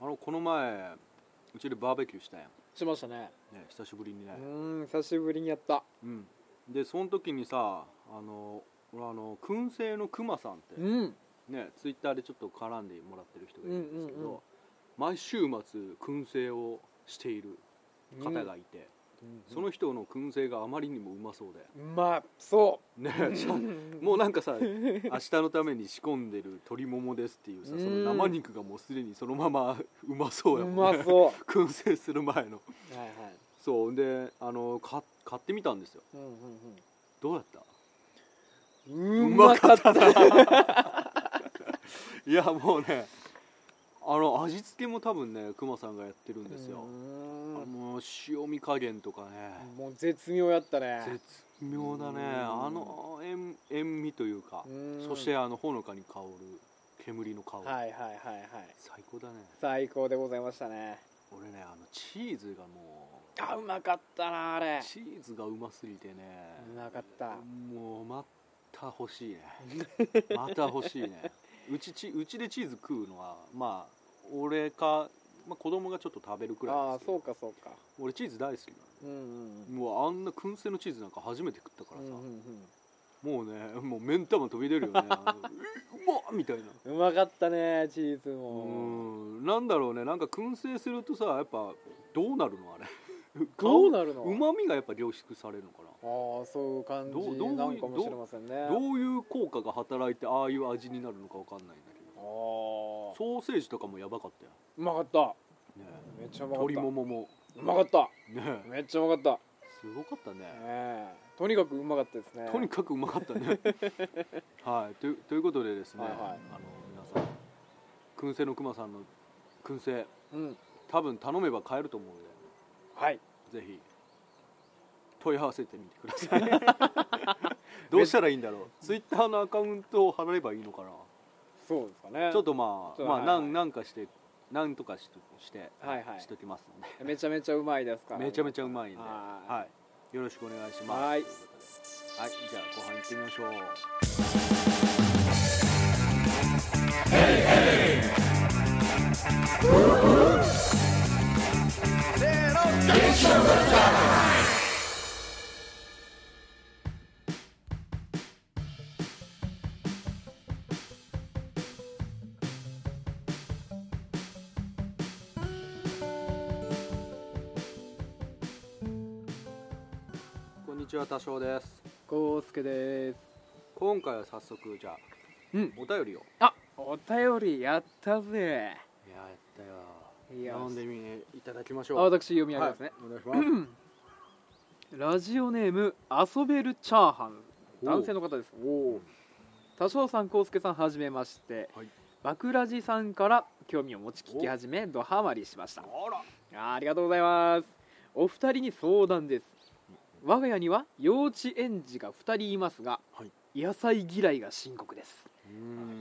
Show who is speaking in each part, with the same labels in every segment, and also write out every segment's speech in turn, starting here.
Speaker 1: あのこの前うちでバーベキューしたやん、
Speaker 2: しましたね
Speaker 1: ね、久しぶりにね
Speaker 2: う、ーん久しぶりにやった
Speaker 1: うん、でその時にさあの俺あの燻製のクマさんって
Speaker 2: うん
Speaker 1: ねツイッターでちょっと絡んでもらってる人がいるんですけど、
Speaker 2: うんうんうん
Speaker 1: 毎週末燻製をしている方がいて、その人の燻製があまりにもうまそうで
Speaker 2: うんまあそ
Speaker 1: ね
Speaker 2: う
Speaker 1: ちゃんもうなんかさ明日のために仕込んでる鶏ももですっていうさその生肉がもうすでにそのままうまそうや
Speaker 2: う
Speaker 1: も
Speaker 2: ま
Speaker 1: んね
Speaker 2: そ
Speaker 1: 燻製する前の
Speaker 2: うはいはい
Speaker 1: そうであのか買ってみたんですよ
Speaker 2: うん
Speaker 1: どうやった
Speaker 2: うんうんうまかった
Speaker 1: いやもうねあの味付けも多分ねくまさんがやってるんですよ
Speaker 2: う、
Speaker 1: あ
Speaker 2: ーん
Speaker 1: の塩味加減とかね、
Speaker 2: もう絶妙やったね
Speaker 1: 絶妙だね
Speaker 2: うん
Speaker 1: あの塩塩味というか
Speaker 2: うん
Speaker 1: そしてあのほのかに香る煙の香り、
Speaker 2: はいはいはいはい
Speaker 1: 最高だね
Speaker 2: 最高でございましたね
Speaker 1: 俺ねあのチーズがもう
Speaker 2: あうまかったなあれ
Speaker 1: チーズがうますぎてね
Speaker 2: うまかった
Speaker 1: もうまた欲しい ねまた欲しいねうちちうちでチーズ食うのはまあ俺か、まあ、子供がちょっと食べるくらい
Speaker 2: あ
Speaker 1: で
Speaker 2: あ
Speaker 1: すけ
Speaker 2: そ
Speaker 1: ど
Speaker 2: うかそうか
Speaker 1: 俺チーズ大好きな
Speaker 2: うんうん
Speaker 1: のもうあんな燻製のチーズなんか初めて食ったか
Speaker 2: う
Speaker 1: ら
Speaker 2: んう
Speaker 1: さ、
Speaker 2: んうん
Speaker 1: もうねもう目ん玉飛び出 るよねあのうまっみたいな
Speaker 2: うんうまかったねチーズ
Speaker 1: う
Speaker 2: も
Speaker 1: んなんだろうねなんか燻製するとさやっぱどうなるのあれ
Speaker 2: どうなるの
Speaker 1: うまみがやっぱ凝縮されるのかな
Speaker 2: ああそういう感じ
Speaker 1: どうどういう
Speaker 2: なんかもしれませんねあ
Speaker 1: どういう効果が働いてああいう味になるのかわかんないんだけど
Speaker 2: あ
Speaker 1: ソーセージとかもやばかったよ、
Speaker 2: うまかった
Speaker 1: ねえ、
Speaker 2: めっちゃうまかっ
Speaker 1: 鶏
Speaker 2: た
Speaker 1: ももも
Speaker 2: うまかった
Speaker 1: ねえ
Speaker 2: めっちゃうまかった、
Speaker 1: すごかったね
Speaker 2: ええとにかくうまかったですね
Speaker 1: とにかくうまかった ねはいというということでですね、
Speaker 2: はいはい
Speaker 1: あの皆さん燻製のくまさんの燻製
Speaker 2: うん
Speaker 1: 多分頼めば買えると思うんで
Speaker 2: はい
Speaker 1: ぜひ問い合わせてみてくださ いどうしたらいいんだろうツイッターのアカウントを貼ればいいのかな
Speaker 2: そうですかね
Speaker 1: ちょっとまあ
Speaker 2: そう
Speaker 1: まあ
Speaker 2: はい
Speaker 1: なんなんかしてなんとかしとして、
Speaker 2: はいはい
Speaker 1: しときますんで
Speaker 2: めちゃめちゃうまいですから
Speaker 1: めちゃめち
Speaker 2: ゃ
Speaker 1: ゃうまいんで
Speaker 2: は
Speaker 1: はいい、よろしくお願いします
Speaker 2: はい
Speaker 1: ということではいじゃあ後半行ってみましょうこんにちは多少です
Speaker 2: こうすけです
Speaker 1: 今回は早速じゃあ、
Speaker 2: うん
Speaker 1: お便りを
Speaker 2: あお便りやったぜ
Speaker 1: いややったよ
Speaker 2: いや
Speaker 1: 読んでみていただきまし
Speaker 2: あ
Speaker 1: ょう
Speaker 2: 私読み上げますね、
Speaker 1: はい、お願いします
Speaker 2: ラジオネーム遊べるチャーハン
Speaker 1: おう
Speaker 2: 男性の方ですおお多少さんこうすけさんはじめまして、
Speaker 1: はい
Speaker 2: バクラジさんから興味を持ち聞き始めドハマりしました
Speaker 1: あら
Speaker 2: あーありがとうございますお二人に相談です我が家には幼稚園児が2人いますが、
Speaker 1: は
Speaker 2: 野菜嫌いが深刻です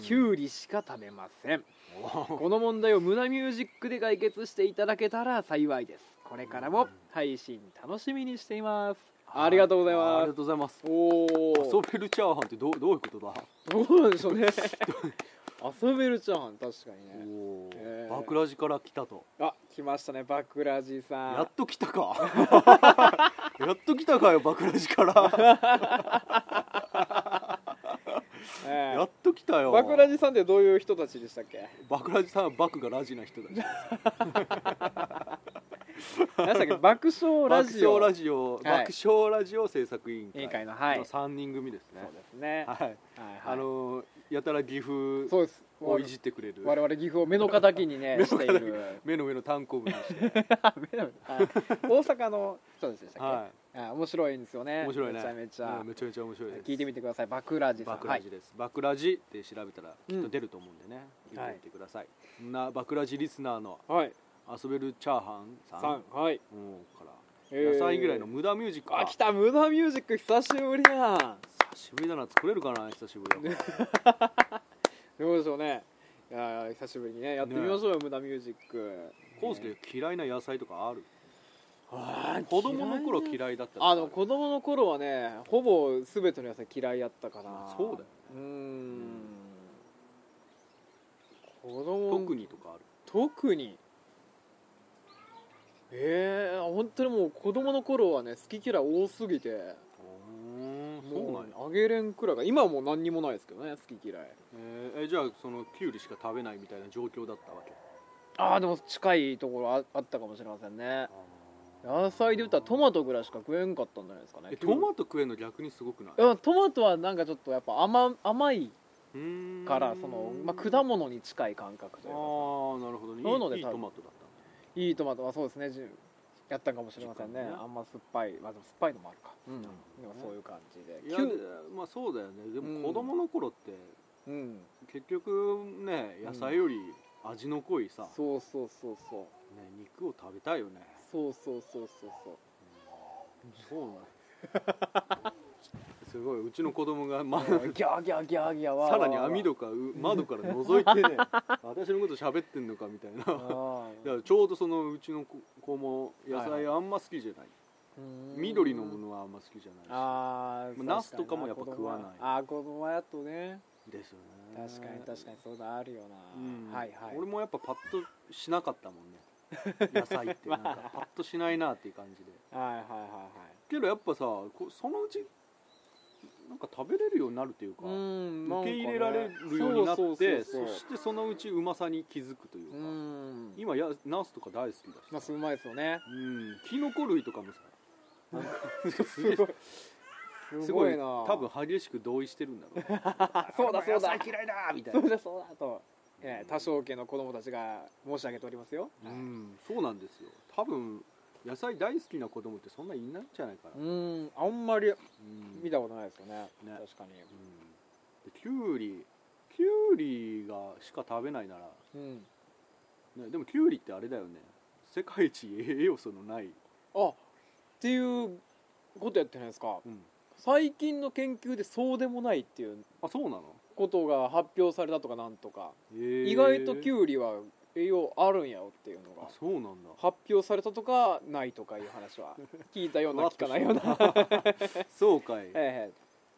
Speaker 2: きゅうりしか食べません
Speaker 1: お
Speaker 2: この問題を無駄ミュージックで解決していただけたら幸いですこれからも配信楽しみにしていますありがとうござい
Speaker 1: あ
Speaker 2: ま
Speaker 1: りが
Speaker 2: す
Speaker 1: とうございます
Speaker 2: お
Speaker 1: 遊
Speaker 2: お
Speaker 1: べるチャーハンってどうどういうことだ
Speaker 2: どうなんでしょ うね遊べるチャーハン確か
Speaker 1: お
Speaker 2: にね
Speaker 1: お
Speaker 2: えー
Speaker 1: バクラジから来たと
Speaker 2: あ来ましたねバクラジ
Speaker 1: や
Speaker 2: さん
Speaker 1: っと来たか やっと来たかよバクラジから
Speaker 2: ええ
Speaker 1: やっと来たよ
Speaker 2: バクラジさんってどういう人たちでしたっけ
Speaker 1: バクラジさんはバクがラジな人だし
Speaker 2: 何でしたっけ爆笑ラジオ
Speaker 1: 爆笑ラジオ、
Speaker 2: はい
Speaker 1: 爆笑ラジオ制作委員
Speaker 2: 委
Speaker 1: 会
Speaker 2: 員会のはい、
Speaker 1: の
Speaker 2: そ
Speaker 1: 3人組ですね
Speaker 2: うですね、
Speaker 1: はい、
Speaker 2: はいはい、
Speaker 1: あのやたら岐阜
Speaker 2: そうです
Speaker 1: をいじってくれる
Speaker 2: 我々岐阜を目の敵にね
Speaker 1: 目の
Speaker 2: している
Speaker 1: 目の上の炭鉱部に して
Speaker 2: あ目のはい大阪の人たちでしたっけ、
Speaker 1: は
Speaker 2: あ面白いんですよね
Speaker 1: い面白いね
Speaker 2: めちゃめちゃ
Speaker 1: うん、めちゃめちゃ面白いです
Speaker 2: 聞いてみてくださいバクラジさん
Speaker 1: バクラジです、バクラジって調べたらきっ
Speaker 2: う
Speaker 1: と
Speaker 2: ん
Speaker 1: 出ると思うんでね、見
Speaker 2: はい
Speaker 1: てみてください、そんなバクラジリスナーの
Speaker 2: はい、はい、
Speaker 1: 遊べるチャーハンさん
Speaker 2: 三はい、
Speaker 1: うんから
Speaker 2: えー
Speaker 1: 野菜ぐらいの無駄ミュージック
Speaker 2: あ来た無駄ミュージック久しぶりや
Speaker 1: 久しぶりだな作れるかな久しぶりだから
Speaker 2: どうでしょうねいやー久しぶりにねやってみましょうよ、無駄ミュージック
Speaker 1: コウスケ嫌いな野菜とかある
Speaker 2: あー
Speaker 1: 子供の頃嫌いだったとか
Speaker 2: あの子供の頃はねほぼ全ての野菜嫌いやったかな
Speaker 1: そうだよね
Speaker 2: うーん子供
Speaker 1: 特にとかある
Speaker 2: 特にええ本当にもう子供の頃はね好き嫌い多すぎて
Speaker 1: うんそう
Speaker 2: も
Speaker 1: なんや
Speaker 2: うあげれんくらいが今はもう何にもないですけどね好き嫌い
Speaker 1: えーえじゃあそのキュウリしか食べないみたいな状況だったわけ
Speaker 2: ああでも近いところああったかもしれませんね野菜で言ったらトマトぐらいしか食えんかったんじゃないですかね
Speaker 1: えトマト食えるの逆にすごくない
Speaker 2: うんトマトはなんかちょっとやっぱ甘甘いう
Speaker 1: ーん
Speaker 2: からその、まあ、果物に近い感覚という
Speaker 1: あ
Speaker 2: か
Speaker 1: あなるほどね
Speaker 2: そういうので
Speaker 1: いいいい
Speaker 2: 多分
Speaker 1: トマトだった
Speaker 2: いいトマトはそうですねじゅやったんかもしれませんね
Speaker 1: 時間ね
Speaker 2: あんま酸っぱい、まあ、でも酸っぱいのもあるか、うん
Speaker 1: なるほ
Speaker 2: で
Speaker 1: どね
Speaker 2: もそういう感じで
Speaker 1: いや
Speaker 2: キュ
Speaker 1: まあそうだよねで
Speaker 2: うん
Speaker 1: も子供の頃って
Speaker 2: うん
Speaker 1: 結局ね野菜より味の濃いさ、
Speaker 2: そうそうそうそう
Speaker 1: ね、肉を食べたいよね
Speaker 2: そうそうそうそうそう
Speaker 1: そうなの すごいうちの子供がまあ
Speaker 2: ギャーギャーギャーギャーは
Speaker 1: さらに網戸かう窓から覗い てね私のこと喋ってんのかみたいなだか
Speaker 2: あー
Speaker 1: らちょうどそのうちの子子も野
Speaker 2: はい
Speaker 1: 菜あんま好きじゃない、
Speaker 2: うん
Speaker 1: 緑のものはあんま好きじゃな
Speaker 2: ああ
Speaker 1: ナスとかもやっぱ食わない
Speaker 2: ああ子供はやっとね
Speaker 1: いしですよね
Speaker 2: 確かに確かにそうだあるよな、
Speaker 1: うん
Speaker 2: はいはい
Speaker 1: 俺もやっぱパッとしなかったもん ね野菜ってなんかパッとしないなっていう感じで
Speaker 2: はいはいはい
Speaker 1: けどやっぱさこうそのうちなんか食べれるようになるというか、
Speaker 2: はいうんなん
Speaker 1: 受
Speaker 2: かね
Speaker 1: け入れられるようになってそう
Speaker 2: そそうそうそう
Speaker 1: してそのうちうまさに気づくというか、
Speaker 2: うん
Speaker 1: 今やナスとか大好きだし
Speaker 2: ナスうまいですよね
Speaker 1: うんキノコ類とかもさなんかす
Speaker 2: す
Speaker 1: げえ
Speaker 2: ごいす
Speaker 1: す
Speaker 2: ご
Speaker 1: ご
Speaker 2: い
Speaker 1: い
Speaker 2: な
Speaker 1: 多分激しく同意してるんだろうね
Speaker 2: そうだそ
Speaker 1: 俺も野
Speaker 2: うだ
Speaker 1: 菜嫌いだみたい
Speaker 2: そ
Speaker 1: な
Speaker 2: うだそうだと、えー多少家の子供たちが申し上げておりますよ、
Speaker 1: う
Speaker 2: はい
Speaker 1: んそうなんですよ多分野菜大好きな子供ってそんないないんじゃないかな、
Speaker 2: うんあんまり
Speaker 1: うん
Speaker 2: 見たことないですよね
Speaker 1: ね
Speaker 2: 確か
Speaker 1: うんでキュウリキュウリがしか食べないなら、
Speaker 2: に、うん、
Speaker 1: ね、でもキュウリってあれだよね世界一栄養素のない、
Speaker 2: あっていうことやってないですか
Speaker 1: うん、
Speaker 2: 最近の研究でそうでもないっていう
Speaker 1: あそうなの、
Speaker 2: ことが発表されたとかなんとか、
Speaker 1: へー
Speaker 2: 意外とキュウリは栄養あるんやよっていうの
Speaker 1: あ
Speaker 2: が
Speaker 1: そうなんだ
Speaker 2: 発表されたとかないとかいう 話は聞いたような聞かないような
Speaker 1: そうか い
Speaker 2: ええ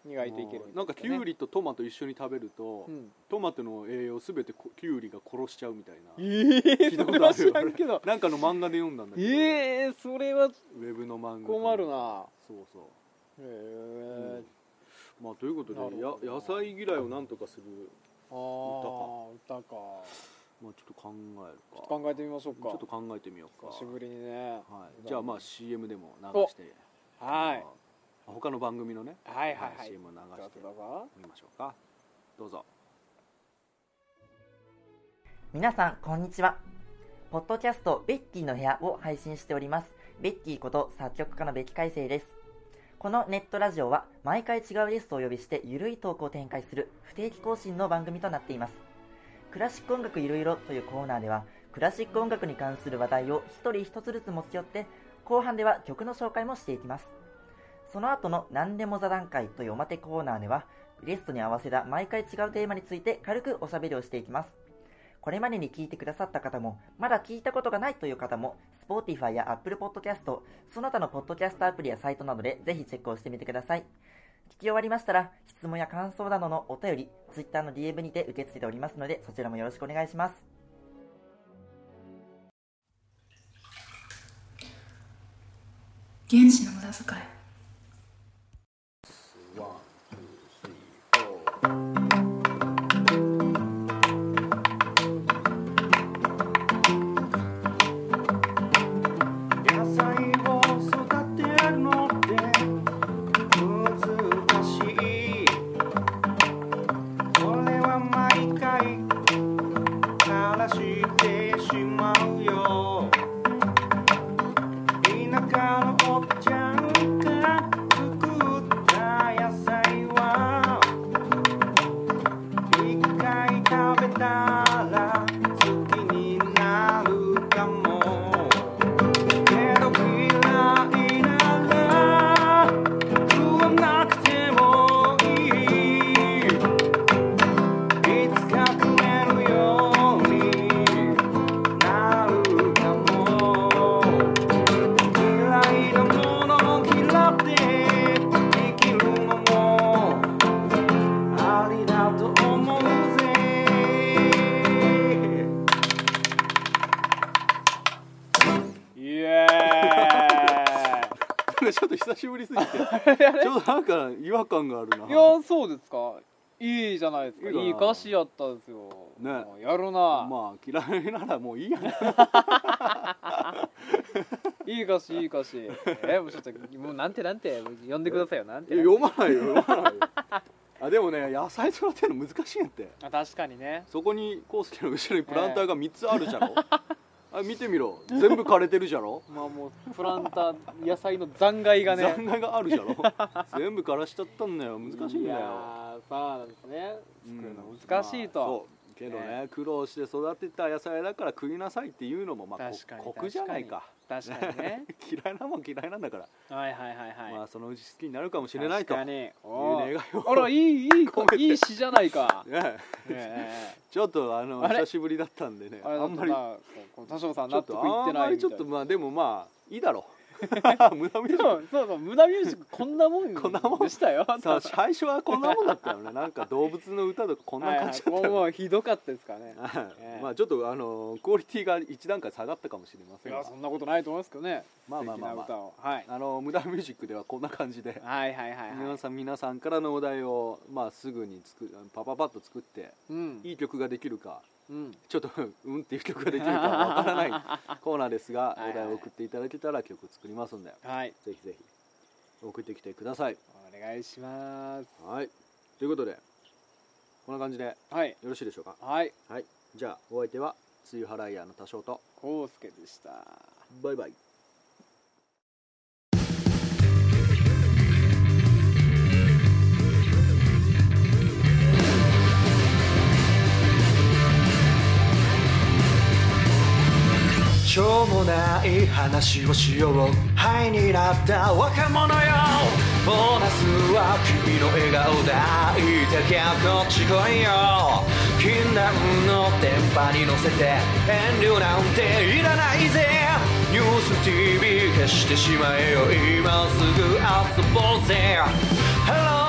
Speaker 2: 意外といけるみたいですね
Speaker 1: なんかキュウリとトマト一緒に食べると、
Speaker 2: うん
Speaker 1: トマトの栄養すべてこキュウリが殺しちゃうみたい
Speaker 2: え
Speaker 1: な
Speaker 2: え
Speaker 1: 聞いた
Speaker 2: そ
Speaker 1: こ
Speaker 2: れ
Speaker 1: とあ
Speaker 2: は
Speaker 1: る
Speaker 2: 知
Speaker 1: よ
Speaker 2: らんけど
Speaker 1: なんかの漫画で読んだんだけど、
Speaker 2: ええそれは
Speaker 1: ウェブの漫画
Speaker 2: 困るな
Speaker 1: そうそう、
Speaker 2: へ
Speaker 1: う
Speaker 2: え
Speaker 1: んまあということ
Speaker 2: なる
Speaker 1: でや
Speaker 2: ほど
Speaker 1: 野菜嫌いをなんとかする
Speaker 2: ああ歌か
Speaker 1: まあちょっと考えるか
Speaker 2: 考えてみましょうか
Speaker 1: ちょっと考えてみようか
Speaker 2: 久しぶりにね
Speaker 1: はい、じゃあまあ CM でも流して
Speaker 2: はい
Speaker 1: あの他の番組のね、
Speaker 2: はいはいはい
Speaker 1: CM を流
Speaker 2: ど
Speaker 1: し
Speaker 2: う
Speaker 1: て
Speaker 2: ぞどうぞ
Speaker 1: みましょうかど うぞ
Speaker 3: 皆さん、こんにちは。ポッドキャスト、ベッキーの部屋を配信しております。ベッキーこと作曲家のベキ海星です。このネットラジオは、毎回違うゲストをお呼びして、ゆるいトークを展開する不定期更新の番組となっています。クラシック音楽いろいろというコーナーでは、クラシック音楽に関する話題を一人一つずつ持ち寄って、後半では曲の紹介もしていきます。その後の何でも座談会というおまけコーナーでは、ゲストに合わせた毎回違うテーマについて軽くおしゃべりをしていきます。これまでに聞いてくださった方も、まだ聞いたことがないという方も、Spotify や Apple Podcast、その他のポッドキャストアプリやサイトなどでぜひチェックをしてみてください。聞き終わりましたら、質問や感想などのお便り、Twitter の DM にて受け付けておりますので、そちらもよろしくお願いします。
Speaker 4: 原始の無駄遣い
Speaker 5: 野菜を育てるのって難しいこれは毎回枯らしてしまうよ田舎のおっちゃんが
Speaker 1: 久しぶりすぎてちょっとなんか違和感があるない
Speaker 2: やそうですかいいじゃないですか
Speaker 1: い
Speaker 2: い
Speaker 1: いかない
Speaker 2: 歌詞やったんですよ、
Speaker 1: ね
Speaker 2: もうやるな、
Speaker 1: まあ嫌いならもういい やね
Speaker 2: いい歌詞いい歌詞えもうちょっともうなんてなんて呼んでくださいよなんて
Speaker 1: 読まないよ読まないよ あでもね野菜育てるの難しいんやって
Speaker 2: あ確かにね
Speaker 1: そこにコウスケの後ろにプランターが3つあるじゃろ、あ見てみろ全部枯れてるじゃろ
Speaker 2: まあもうプランター野菜の残骸がね
Speaker 1: 残骸があるじゃ ろ全部枯らしちゃったんだよ難しいんだ
Speaker 2: や
Speaker 1: よ
Speaker 2: ーそうなんですね
Speaker 1: うん
Speaker 2: 作るの難しい
Speaker 1: まあ
Speaker 2: と、
Speaker 1: そうけどね苦労して育てた野菜だから食いなさいっていうのもまあ
Speaker 2: 確かに
Speaker 1: こ酷じゃないか
Speaker 2: 確か にね
Speaker 1: 嫌いなもん嫌いなんだから、
Speaker 2: はいはいはいはい、
Speaker 1: まあそのうち好きになるかもしれないと
Speaker 2: 確か
Speaker 1: いう
Speaker 2: にお
Speaker 1: 願い
Speaker 2: ー
Speaker 1: を
Speaker 2: あらいいいい
Speaker 1: 込めて、
Speaker 2: いい詩じゃないか
Speaker 1: ね
Speaker 2: ええ
Speaker 1: ちょっとあの
Speaker 2: あれ
Speaker 1: 久しぶりだったんでね
Speaker 2: あれ
Speaker 1: あ
Speaker 2: だと
Speaker 1: んまり
Speaker 2: なこう田代さん
Speaker 1: ちょ
Speaker 2: 納
Speaker 1: っ
Speaker 2: 得
Speaker 1: と
Speaker 2: いっ
Speaker 1: あ
Speaker 2: て
Speaker 1: ん
Speaker 2: な
Speaker 1: ま
Speaker 2: いみ
Speaker 1: り
Speaker 2: た
Speaker 1: ち
Speaker 2: い
Speaker 1: ょっ
Speaker 2: な
Speaker 1: とまあでもまあいいだろ 無駄
Speaker 2: で
Speaker 1: みた
Speaker 2: もそうそう無駄ミュージックこんなも ん
Speaker 1: こんなもん
Speaker 2: でしたよ
Speaker 1: さ最初はこんなもんだったよねなんか動物の歌とかこんな感じだった
Speaker 2: はいはいもう
Speaker 1: よ
Speaker 2: も
Speaker 1: ね
Speaker 2: うひどかったですからね
Speaker 1: はいまあちょっとあのクオリティが一段階下がったかもしれま
Speaker 2: い
Speaker 1: せん
Speaker 2: や
Speaker 1: が
Speaker 2: そんなことないと思いますけどね
Speaker 1: まあまあまあまあ
Speaker 2: 素敵な歌を、はい、
Speaker 1: あの無駄ミュージックではこんな感じで
Speaker 2: はいはいはいはい
Speaker 1: 皆さん皆さんからのお題をまあすぐに作パパパッと作って
Speaker 2: うん
Speaker 1: いい曲ができるか
Speaker 2: うん
Speaker 1: ちょっとうんっていう曲ができるかわから ないコーナーですが
Speaker 2: はいはい
Speaker 1: お題を送っていただけたら曲作りますんで
Speaker 2: はい
Speaker 1: ぜひぜひ送ってきてください
Speaker 2: お願いします
Speaker 1: はいということでこんな感じでよ
Speaker 2: はい
Speaker 1: ろしいでしょうか
Speaker 2: はい
Speaker 1: はいじゃあお相手は梅雨払い屋の多少と
Speaker 2: こうすけでした
Speaker 1: バイバイ
Speaker 5: しょうもない話をしようハイになった若者よボーナスは君の笑顔だいいだけこっち来いよ禁断の電波に乗せて遠慮なんていらないぜニュース TV 消してしまえよ今すぐ遊ぼうぜ Hello